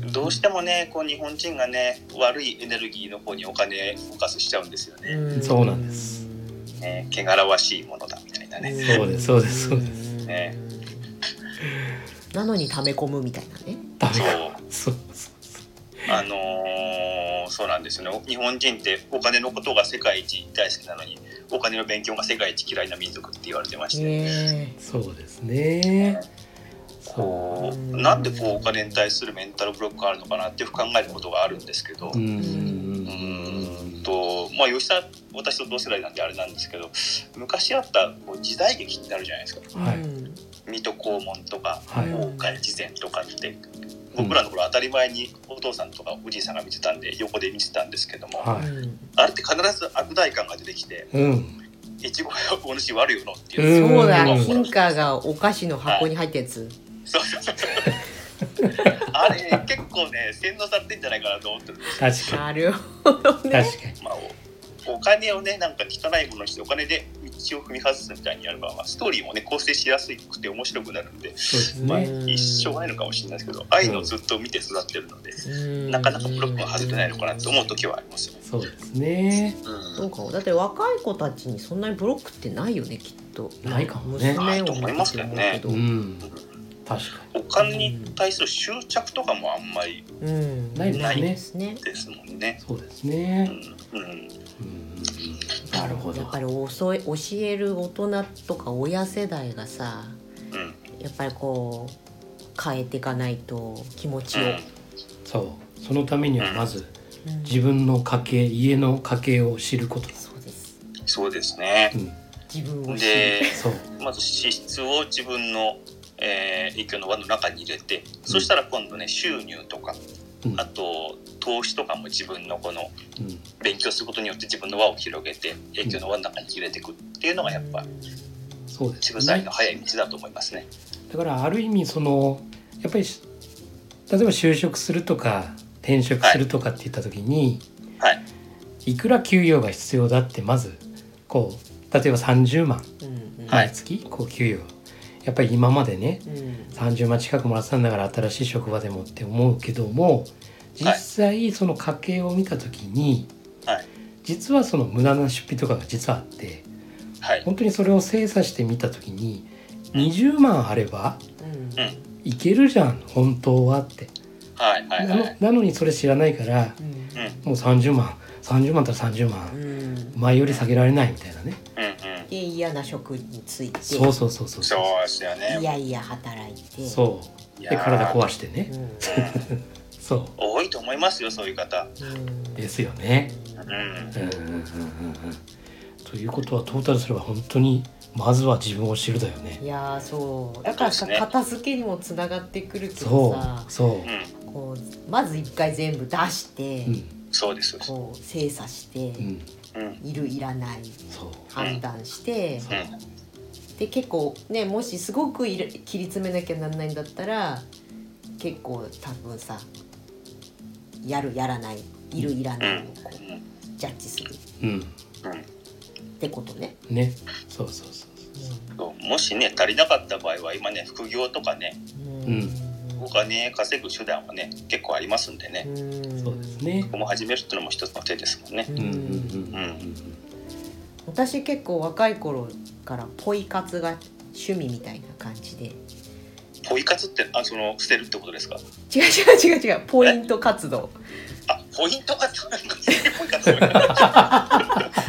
Speaker 2: そう
Speaker 3: どうしてもねこう日本人がね悪いエネルギーの方にお金フォーカスしちゃうんですよね,、
Speaker 1: うん
Speaker 2: そうなんです
Speaker 3: ね汚らわしいものだみたいなね、
Speaker 2: そうですそうですそうです
Speaker 3: ね
Speaker 1: なのに溜め込むみたいなね
Speaker 2: ダメ
Speaker 3: そう
Speaker 2: かそうそう
Speaker 3: あのーそうなんですよね日本人ってお金のことが世界一大好きなのにお金の勉強が世界一嫌いな民族って言われてまして、
Speaker 1: ね
Speaker 2: そうそうですね
Speaker 3: こ
Speaker 1: う
Speaker 3: うんなんでこうお金に対するメンタルブロックがあるのかなって考えることがあるんですけど、
Speaker 2: う
Speaker 3: うんーんとまあ吉田私と同世代なんであれなんですけど昔あったこう時代劇ってあるじゃないですか
Speaker 2: は
Speaker 1: う
Speaker 2: い
Speaker 1: ん
Speaker 3: 水戸黄門とか
Speaker 2: はい
Speaker 3: 大岡越前とかって僕らの頃当たり前にお父さんとかおじいさんが見てたんで横で見てたんですけども、
Speaker 2: は
Speaker 3: あれって必ず悪代官が出てきて
Speaker 2: うん
Speaker 3: 「いちごやお主悪いよの」っていう、
Speaker 1: うんそうだ
Speaker 3: うん
Speaker 1: 金貨がお菓子の箱に入ったやつ
Speaker 3: そうそうそうあれ結構ね洗脳されてんじゃないかなと思ってるんですよ
Speaker 2: 確か
Speaker 1: なるほど
Speaker 2: に
Speaker 1: ね
Speaker 2: 確かに
Speaker 3: まあ、おお金をねなんか汚いものにしてお金で道を踏み外すみたいにやれば、まあ、ストーリーもね構成しやすくて面白くなるんで、
Speaker 2: そうです
Speaker 3: まあ、
Speaker 2: ね
Speaker 1: うん
Speaker 3: 一生ないのかもしれないですけど愛のをずっと見て育ってるので、なかなかブロックが外れないのかなと思う時はありますよね。
Speaker 2: そうですね
Speaker 3: う
Speaker 1: そうんかもだって若い子たちにそんなにブロックってないよねきっと
Speaker 2: ないかもね
Speaker 1: 娘を
Speaker 3: ないと思いますけどね
Speaker 2: う
Speaker 1: うん
Speaker 2: ん確か
Speaker 3: お金に対する執着とかもあんまり
Speaker 1: うん
Speaker 2: ない
Speaker 3: ですね
Speaker 1: ですね
Speaker 3: ですもんね
Speaker 2: に。そうです
Speaker 3: う
Speaker 2: ね
Speaker 3: んうん
Speaker 2: うんなるほど
Speaker 1: やっぱり教え教える大人とか親世代がさ
Speaker 3: うん
Speaker 1: やっぱりこう変えていかないと気持ちを、
Speaker 2: そうそのためにはまず
Speaker 1: うん
Speaker 2: 自分の家計家の家計を知ることです、
Speaker 1: そうです
Speaker 3: そうですね
Speaker 2: うん、
Speaker 1: 自分を知る
Speaker 3: で
Speaker 2: そう
Speaker 3: まず支出を自分の、えー、影響の輪の中に入れてそしたら今度ね収入とか
Speaker 2: うん
Speaker 3: あと投資とかも自分のこの
Speaker 2: うん
Speaker 3: 勉強することによって自分の輪を広げて影響の輪の中に入れていくっていうのがやっぱ
Speaker 2: そうで
Speaker 3: 自分
Speaker 2: す
Speaker 3: なり
Speaker 2: ね
Speaker 3: の早い道だと思いますね。
Speaker 2: だからある意味そのやっぱりし例えば就職するとか転職するとかって言った時に、
Speaker 3: はい、
Speaker 2: いくら給与が必要だってまずこう例えば30万
Speaker 1: うんうん
Speaker 2: 毎月こう給与やっぱり今までね
Speaker 1: うん
Speaker 2: 30万近くもらってたんだから新しい職場でもって思うけども実際その家計を見た時に、
Speaker 3: はい
Speaker 2: 実はその無駄な出費とかが実はあって
Speaker 3: はい、
Speaker 2: 本当にそれを精査してみた時に20万あれば
Speaker 1: うん
Speaker 2: いけるじゃん本当はって
Speaker 3: はい、はい、
Speaker 2: な
Speaker 3: は
Speaker 2: の
Speaker 3: い。
Speaker 2: なのにそれ知らないから
Speaker 1: うん
Speaker 3: うん、うん、
Speaker 2: もう30万30万たら30
Speaker 1: う
Speaker 2: 万
Speaker 1: ん
Speaker 2: 前より下げられないみたいなね
Speaker 3: うん。
Speaker 1: で嫌な職について
Speaker 2: そうそうそうそう
Speaker 3: そう
Speaker 2: そ
Speaker 3: ですよね。
Speaker 1: いやいや働いて
Speaker 2: うそうで体
Speaker 3: い
Speaker 2: 壊してね
Speaker 1: うん
Speaker 3: やー。うん
Speaker 2: そ
Speaker 3: 多いと思いますよ、そういう方。
Speaker 1: うん
Speaker 2: うですよね
Speaker 3: うん
Speaker 2: う。んうんうんうんうんということはトータルすれば本当にまずは自分を知るだよね
Speaker 1: いやーそうだから
Speaker 3: そ
Speaker 1: さ、
Speaker 3: うですね
Speaker 1: 片付けにもつながってくるけど
Speaker 2: そ
Speaker 1: さ
Speaker 2: うそう
Speaker 3: うん、
Speaker 1: こうまず一回全部出して、
Speaker 2: うん
Speaker 3: そうです。そうです
Speaker 1: こう精査して、
Speaker 2: うん
Speaker 3: うん、
Speaker 1: いるいらない
Speaker 2: そう
Speaker 1: 判断して、
Speaker 2: そ
Speaker 3: うん、
Speaker 1: で結構ねもしすごくいる切り詰めなきゃなんないんだったら結構多分さやるやらないいるいらないをこ
Speaker 3: う、
Speaker 1: うんジャッジする
Speaker 2: うん
Speaker 3: うん。
Speaker 1: ってことね。
Speaker 2: ねそうそうそう
Speaker 3: そうもしね、足りなかった場合は、今ね、副業とかね、
Speaker 1: うん
Speaker 2: うん
Speaker 3: お金稼ぐ手段はね、結構ありますんでね。
Speaker 1: うん
Speaker 2: そうですね
Speaker 3: ここも始めるってのも一つの手ですもんね
Speaker 1: う。
Speaker 2: うんうん
Speaker 1: ん
Speaker 2: うんうん
Speaker 1: 私結構若い頃からポイ活が趣味みたいな感じで
Speaker 3: ポイ活って、あ、その捨てるってことですか。
Speaker 1: 違う違う違う違うポイント活 <laughs> 動
Speaker 3: あ、ポイントが。ポイ活。え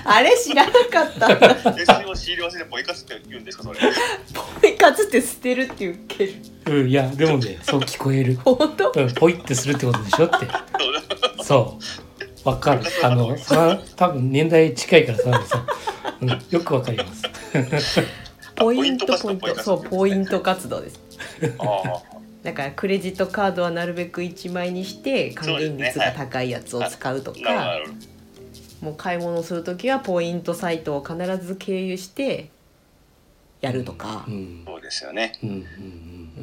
Speaker 1: あれ知らなかった
Speaker 3: それを仕入れ忘れてポイ活って言うんですか、それ。
Speaker 1: ポイ活って捨てるって言ってる
Speaker 2: うんいやでもねそう聞こえる
Speaker 1: 本当
Speaker 2: うんポイってするってことでしょってそうわかるあのさ多分年代近いからさあのさ、うん、よくわかります
Speaker 1: ポイント
Speaker 3: ポイン
Speaker 1: ポ
Speaker 3: ト
Speaker 1: イント
Speaker 3: ポイント
Speaker 1: そうポイント活動です
Speaker 3: ああ。
Speaker 1: だからクレジットカードはなるべく1枚にして還元率が高いやつを使うとか
Speaker 3: なるほど。
Speaker 1: もう買い物する時はポイントサイトを必ず経由してやるとか
Speaker 2: うん
Speaker 3: そうですよね。
Speaker 2: うんうん
Speaker 1: う
Speaker 2: う
Speaker 1: ん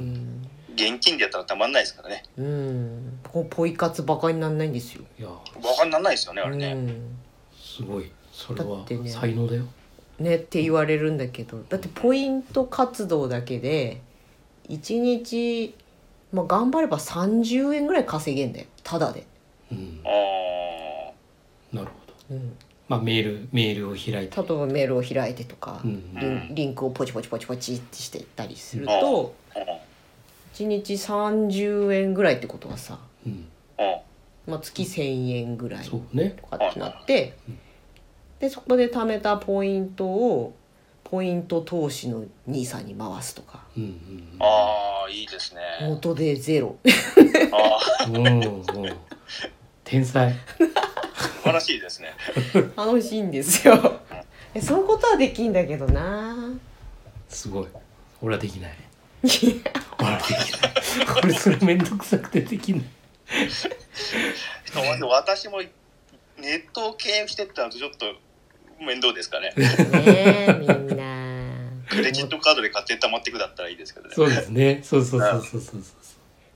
Speaker 1: ん、
Speaker 3: 現金でやったらたまんないですからね。
Speaker 1: うん、こうポイ活バカにならないんですよ、
Speaker 2: いや
Speaker 3: バカになんないですよね、あ
Speaker 1: う
Speaker 3: れね。
Speaker 1: ん、
Speaker 2: すごいそれ
Speaker 1: だ
Speaker 2: は
Speaker 1: ってね
Speaker 2: 才能だよ
Speaker 1: ねって言われるんだけどだってポイント活動だけで1日まあ、頑張れば30円ぐらい稼げんだよただで、
Speaker 2: うん
Speaker 3: あ、あ
Speaker 2: なるほど。
Speaker 1: うん、
Speaker 2: まあメールメールを開いて
Speaker 1: 例え、ばメールを開いてとか、
Speaker 2: うん
Speaker 1: リンリンクをポチポチポチポチってしていったりすると
Speaker 3: ーうん
Speaker 1: 1日30円ぐらいってことはさ、
Speaker 2: うん、
Speaker 3: うん
Speaker 1: まあ、月1,000円ぐらい
Speaker 2: そうね。
Speaker 1: とかってなってでそこで貯めたポイントをポイント投資の兄さんに回すとか
Speaker 2: うんうん
Speaker 3: ああいいですね
Speaker 1: 元でゼロ
Speaker 3: ああ
Speaker 2: うん。うんうん。天才。
Speaker 3: 素晴らしいですね
Speaker 1: 楽しいんですよ <laughs> えそういうことはできんだけど <laughs> な
Speaker 2: すごい。俺はできない。俺はできない。俺それめんどくさくてできない。
Speaker 3: 私もネットを経由してったのとちょっと面倒ですかね
Speaker 1: ねえみんな
Speaker 3: クレジットカードで買って貯まっていくだったらいいですけどね
Speaker 2: そうですね。そうそうそうそうそう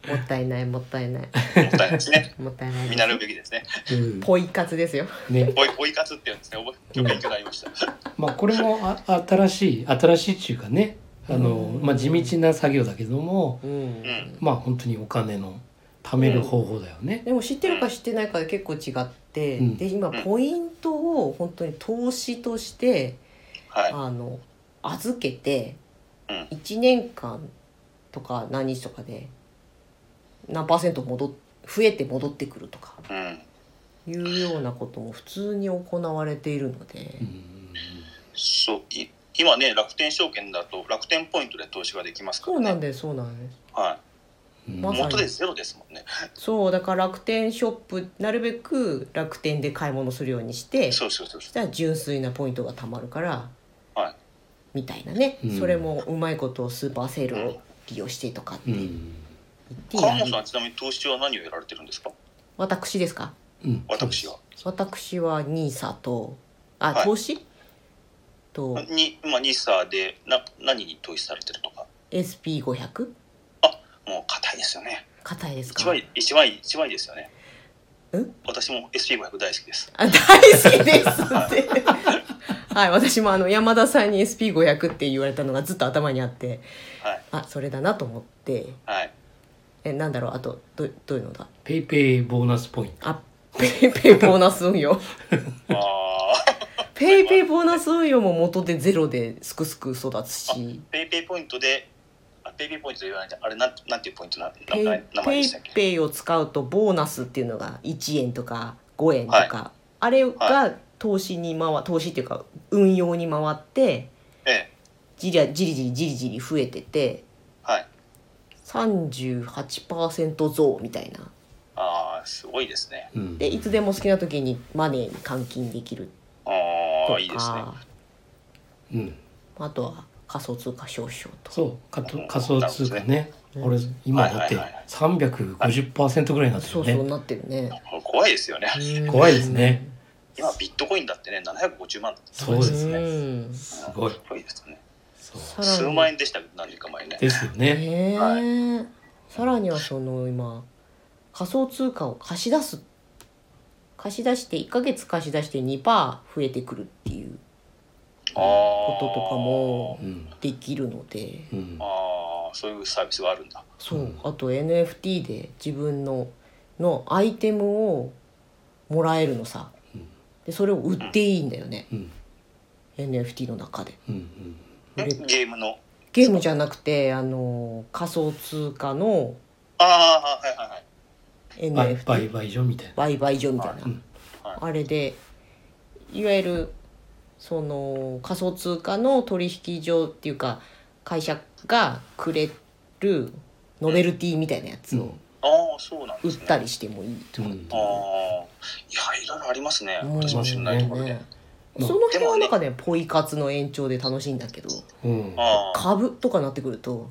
Speaker 1: もったいないもったいない
Speaker 3: もったいないですね
Speaker 1: もったいない
Speaker 3: 見習うべきですね
Speaker 2: そう。うん。
Speaker 1: ポイ活ですよ
Speaker 2: ね。
Speaker 3: ポイポイ活って言うんですね覚え今日勉強になりました
Speaker 2: まあこれもあ新しい新しいっていうかね。あの
Speaker 1: うん
Speaker 2: まあ地道な作業だけども、
Speaker 1: うん、
Speaker 3: ん
Speaker 2: まあ本当にお金の貯める方法だよね。
Speaker 1: でも知ってるか知ってないかで結構違って、
Speaker 2: うん
Speaker 1: で今
Speaker 3: うん
Speaker 1: ポイントを本当に投資として
Speaker 3: はい
Speaker 1: あの預けて
Speaker 3: うん
Speaker 1: 1年間とか何日とかで何パーセント戻っ増えて戻ってくるとか
Speaker 3: うん
Speaker 1: いうようなことも普通に行われているので
Speaker 2: う、ん
Speaker 3: そうい今ね楽天証券だと楽天ポイントで投資ができますか
Speaker 1: そ
Speaker 3: ら
Speaker 1: う
Speaker 3: ね
Speaker 1: なんですそうなんです
Speaker 3: は
Speaker 2: うんうん
Speaker 1: まさ
Speaker 3: い、
Speaker 1: に
Speaker 3: 元でゼロですもんね
Speaker 1: そうだから楽天ショップなるべく楽天で買い物するようにして
Speaker 3: そうそうそ
Speaker 1: そ
Speaker 3: うそ
Speaker 1: したら純粋なポイントがたまるから、
Speaker 3: はい
Speaker 1: みたいなね、
Speaker 2: うん
Speaker 1: それもうまいことをスーパーセールを利用してとかって
Speaker 2: う
Speaker 1: 言っ
Speaker 2: ん
Speaker 1: てや
Speaker 3: う川
Speaker 1: る
Speaker 3: 本さんはちなみに投資は何をやられてるんですか
Speaker 1: 私ですか
Speaker 2: うん
Speaker 3: 私は
Speaker 1: 私は NISA とあ、
Speaker 3: はい
Speaker 1: 投資と
Speaker 3: に今ニーサーでな何に投資されてるとか
Speaker 1: SP500
Speaker 3: もう硬いですよね
Speaker 1: 硬いです
Speaker 3: 一
Speaker 1: か
Speaker 3: 番いい一番いい一番いいですよね
Speaker 1: ん
Speaker 3: 私も SP500 大好きです
Speaker 1: あ大好きですって <laughs> はい私もあの山田さんに SP500 って言われたのがずっと頭にあって
Speaker 3: はい
Speaker 1: あそれだなと思って <laughs>
Speaker 3: はい
Speaker 1: えなんだろうあとどどういうのだ
Speaker 2: ペイペイボーナスポイント。
Speaker 1: あペイペイボーナス運
Speaker 3: <laughs>
Speaker 1: 用
Speaker 3: ああ
Speaker 1: ペイペイボーナス運用も元でゼロですくすく育つし、
Speaker 3: ペイペイポイントであペイペイポイントで言わないであれなんなんていうポイントな名
Speaker 1: ペイ
Speaker 3: 前名前
Speaker 1: ペ
Speaker 3: で
Speaker 1: イ
Speaker 3: したっけ
Speaker 1: ペイを使うとボーナスっていうのが1円とか5円とか、あれ
Speaker 3: は
Speaker 1: が投資に回投資っていうか運用に回って
Speaker 3: ええ
Speaker 1: じりゃじりじりじりじり増えてて
Speaker 3: はい
Speaker 1: 38%増みたいな
Speaker 3: ああすごいですね
Speaker 2: うん
Speaker 1: でいつでも好きな時にマネーに換金できると
Speaker 3: あ
Speaker 1: か
Speaker 3: あいいですね
Speaker 2: うん。
Speaker 1: あとは仮想通貨少々と
Speaker 2: そうかと仮想通貨ね。
Speaker 1: うん
Speaker 2: 俺今だって
Speaker 3: はいはいはい
Speaker 2: 三百五十パーセントぐらいになって
Speaker 1: そう
Speaker 2: る
Speaker 1: そう
Speaker 2: ね。
Speaker 1: なってるね
Speaker 3: 怖いですよね
Speaker 2: 怖いですね
Speaker 3: 今ビットコインだってね750万だって
Speaker 2: そうですね。
Speaker 1: ん
Speaker 2: すごい
Speaker 3: す。ごいですね
Speaker 2: そう
Speaker 1: さらに
Speaker 3: 数万円でしたけど何年か前ね
Speaker 2: ですよね。
Speaker 1: ねえ
Speaker 3: は
Speaker 1: さらにはその今仮想通貨を貸し出す貸し出して1ヶ月貸し出して2%増えてくるっていう
Speaker 3: あ
Speaker 1: こ
Speaker 3: あ
Speaker 1: ととかも
Speaker 2: うん
Speaker 1: できるので
Speaker 2: うん
Speaker 3: ああそういうサービスがあるんだ
Speaker 1: そうあと NFT で自分ののアイテムをもらえるのさ
Speaker 2: うん
Speaker 1: でそれを売っていいんだよね
Speaker 2: うん
Speaker 1: NFT の中で
Speaker 2: うんうん
Speaker 1: 売
Speaker 3: え
Speaker 1: れ
Speaker 3: ゲームの
Speaker 1: ゲームじゃなくてあの仮想通貨の
Speaker 3: ああはいはいは
Speaker 2: 売
Speaker 3: い
Speaker 1: NFT
Speaker 2: 売買所みたいな。
Speaker 1: 売買所みたいな、
Speaker 2: うん
Speaker 3: はい
Speaker 1: あれでいわゆるその仮想通貨の取引所っていうか会社がくれるノベルティみたいなやつを
Speaker 3: ああそうなん
Speaker 1: 売
Speaker 3: で
Speaker 1: っ
Speaker 3: すね
Speaker 1: たりしてもいいと
Speaker 2: う
Speaker 1: か、
Speaker 2: ん
Speaker 3: ああいやいろいろありますね
Speaker 1: うん
Speaker 3: 私も知らないところで、
Speaker 1: ねその辺はなんかねポイ活の延長で楽しいんだけど
Speaker 2: うん
Speaker 3: ああ
Speaker 1: 株とかなってくると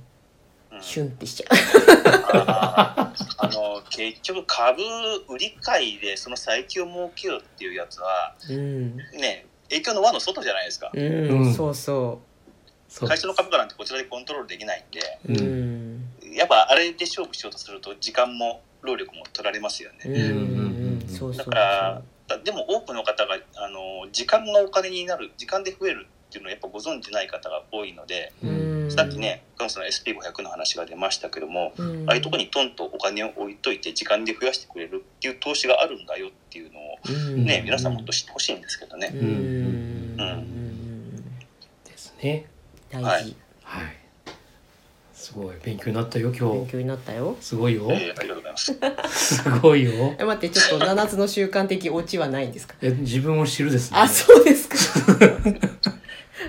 Speaker 3: うん
Speaker 1: シュンってしちゃ
Speaker 3: あーあの結局株売り買いでその最強儲けようっていうやつは
Speaker 1: ううん、
Speaker 3: ね影響の輪の外じゃないですか
Speaker 1: うん
Speaker 2: うん
Speaker 1: そうそ
Speaker 2: そう
Speaker 3: 会社の株価なんてこちらでコントロールできないんで
Speaker 1: うう
Speaker 2: うん
Speaker 1: ん
Speaker 3: やっぱあれで勝負しようとすると時間も労力も取られますよ
Speaker 1: うん
Speaker 3: ね
Speaker 1: うん
Speaker 2: うん
Speaker 1: うんそうそう
Speaker 3: だ
Speaker 1: そう
Speaker 3: からだでも多くの方があの時間がお金になる時間で増えるっていうのをやっぱご存じない方が多いので、
Speaker 1: うん
Speaker 3: さっきね岡本さんの SP500 の話が出ましたけども、
Speaker 1: うん
Speaker 3: ああいうとこにトンとお金を置いといて時間で増やしてくれるっていう投資があるんだよっていうのをね、
Speaker 2: うん
Speaker 3: 皆さんもっと知ってほしいんですけどね、
Speaker 1: うんうん
Speaker 3: うん
Speaker 2: ですね
Speaker 1: 大
Speaker 3: は
Speaker 1: 事
Speaker 3: い
Speaker 2: はいすごい勉強になったよ今
Speaker 1: 勉
Speaker 2: 日
Speaker 1: 強になったよ
Speaker 2: すごいよ
Speaker 3: えーありがとうございます
Speaker 2: すごいよ
Speaker 1: え待ってちょっと7つの習慣的オチはないんですか
Speaker 2: え自分を知るですね
Speaker 1: あそうです
Speaker 3: <laughs>
Speaker 1: か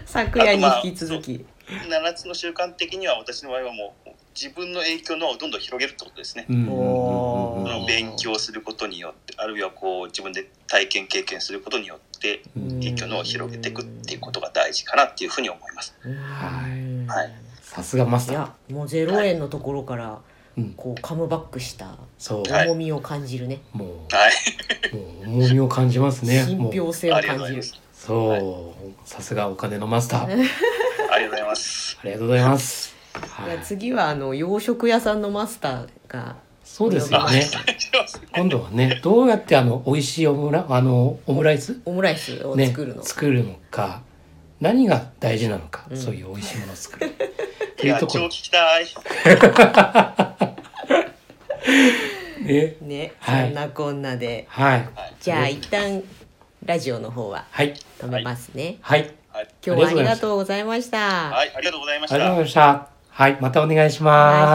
Speaker 1: 昨夜に引き続き、
Speaker 3: 7つの習慣的には私の場合はもう自分の影響の輪をどんどん広げるってことですね
Speaker 2: う、んうん
Speaker 1: お
Speaker 3: そ
Speaker 1: ー
Speaker 3: の勉強することによってあるいはこう自分で体験経験することによって
Speaker 2: うんうんうん
Speaker 3: 影響の輪を広げていくっていうことが大事かなっていうふうに思います
Speaker 1: うん
Speaker 3: はい
Speaker 2: さすがマ
Speaker 1: い
Speaker 2: スター
Speaker 1: やもう0円のところから
Speaker 2: うん
Speaker 1: こうカムバックした
Speaker 2: そう
Speaker 3: はい
Speaker 1: 重みを感じるね、
Speaker 2: も
Speaker 3: はい、
Speaker 2: うもう重みを感じますね
Speaker 1: 信
Speaker 2: もう
Speaker 1: 憑性を
Speaker 3: ありがとう
Speaker 1: 感
Speaker 3: ござ
Speaker 1: じ
Speaker 3: いま
Speaker 1: る
Speaker 3: す
Speaker 2: そうさすがお金のマスター
Speaker 3: ありがとうございます
Speaker 2: ありがとうございます
Speaker 1: い
Speaker 2: は
Speaker 1: や
Speaker 2: い
Speaker 1: 次はあの洋食屋さんのマスターが
Speaker 2: そうですよね
Speaker 3: <laughs> ありがとうございます
Speaker 2: 今度はねどうやってあの美味しいオムラあのオムライス
Speaker 1: オムライスを
Speaker 2: ね
Speaker 1: 作るの、
Speaker 2: るのか何が大事なのか、
Speaker 1: うん
Speaker 2: そういう美味しいものを作
Speaker 3: <laughs>
Speaker 2: るって
Speaker 3: い
Speaker 2: いう
Speaker 3: や
Speaker 2: と
Speaker 3: 超
Speaker 2: ころ
Speaker 3: 聞きたい
Speaker 2: ね
Speaker 1: ね、
Speaker 2: はい
Speaker 1: そんなこんなで
Speaker 2: はい
Speaker 3: はい
Speaker 1: じゃあ一旦ラジオの方は
Speaker 2: はい
Speaker 1: 止めますね、
Speaker 2: はい
Speaker 3: はい
Speaker 1: 今日はありがとうございました
Speaker 3: はい、ありがとうございまし
Speaker 2: ありがとうござい
Speaker 3: た。
Speaker 2: ましたはいまたお願いし
Speaker 1: お願いし
Speaker 2: ま
Speaker 3: こ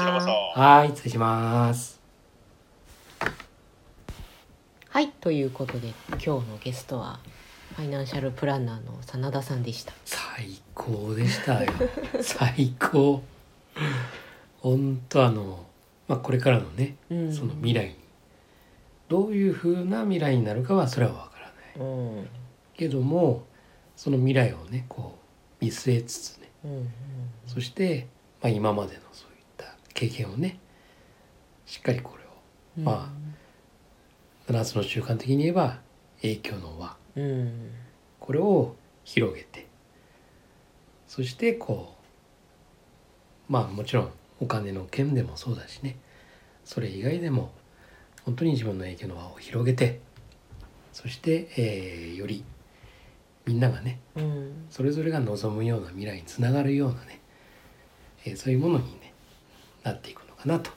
Speaker 3: ちらこ
Speaker 1: ます
Speaker 3: そ。
Speaker 2: すはい失礼します
Speaker 1: はいということで今日のゲストはファイナンシャルプランナーの真田さんでした
Speaker 2: 最高でした <laughs> よ最高本当あの、まあ、これからのね、
Speaker 1: うん
Speaker 2: その未来にどういう風な未来になるかはそれは分からない
Speaker 1: うんうん
Speaker 2: けどもその未来をねこう見据えつつね
Speaker 1: うん
Speaker 2: そして、まあ、今までのそういった経験をねしっかりこれを
Speaker 1: うん
Speaker 2: ま7つの習慣的に言えば影響の輪
Speaker 1: うん
Speaker 2: これを広げてそしてこうまあもちろんお金の件でもそうだしねそれ以外でも本当に自分の影響の輪を広げてそして、えーよりみんながね
Speaker 1: うん
Speaker 2: それぞれが望むような未来につながるようなね、えーそういうものに、ね、なっていくのかなと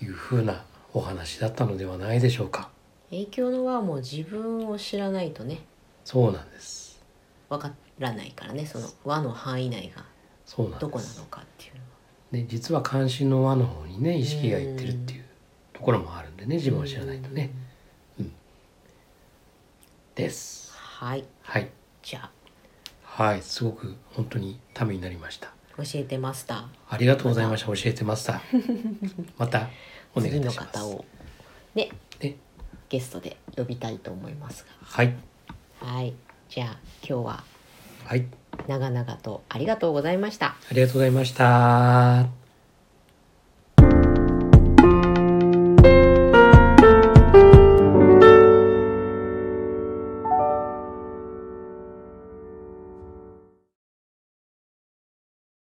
Speaker 2: いうふうなお話だったのではないでしょうか。
Speaker 1: 影響の輪はもう自分を知らないとね
Speaker 2: そうなんです。
Speaker 1: わからないからねその輪の範囲内が
Speaker 2: そうなんです。
Speaker 1: どこなのかっていうのは
Speaker 2: ね、実は関心の輪の方にね意識がいってるっていうところもあるんでね自分を知らないとね。です。
Speaker 1: はい
Speaker 2: はい。
Speaker 1: じゃあ
Speaker 2: はい。すごく本当にためになりました。
Speaker 1: 教えてマスター
Speaker 2: ありがとうございました。教えて
Speaker 1: <laughs>
Speaker 2: ました。またお願い
Speaker 1: 次
Speaker 2: いた
Speaker 1: の
Speaker 2: します。
Speaker 1: 方をね
Speaker 2: ね。
Speaker 1: ゲストで呼びたいと思います
Speaker 2: はい。
Speaker 1: がはいじゃあ今日は
Speaker 2: はい。
Speaker 1: 長々とありがとうございました
Speaker 2: ありがとうございました。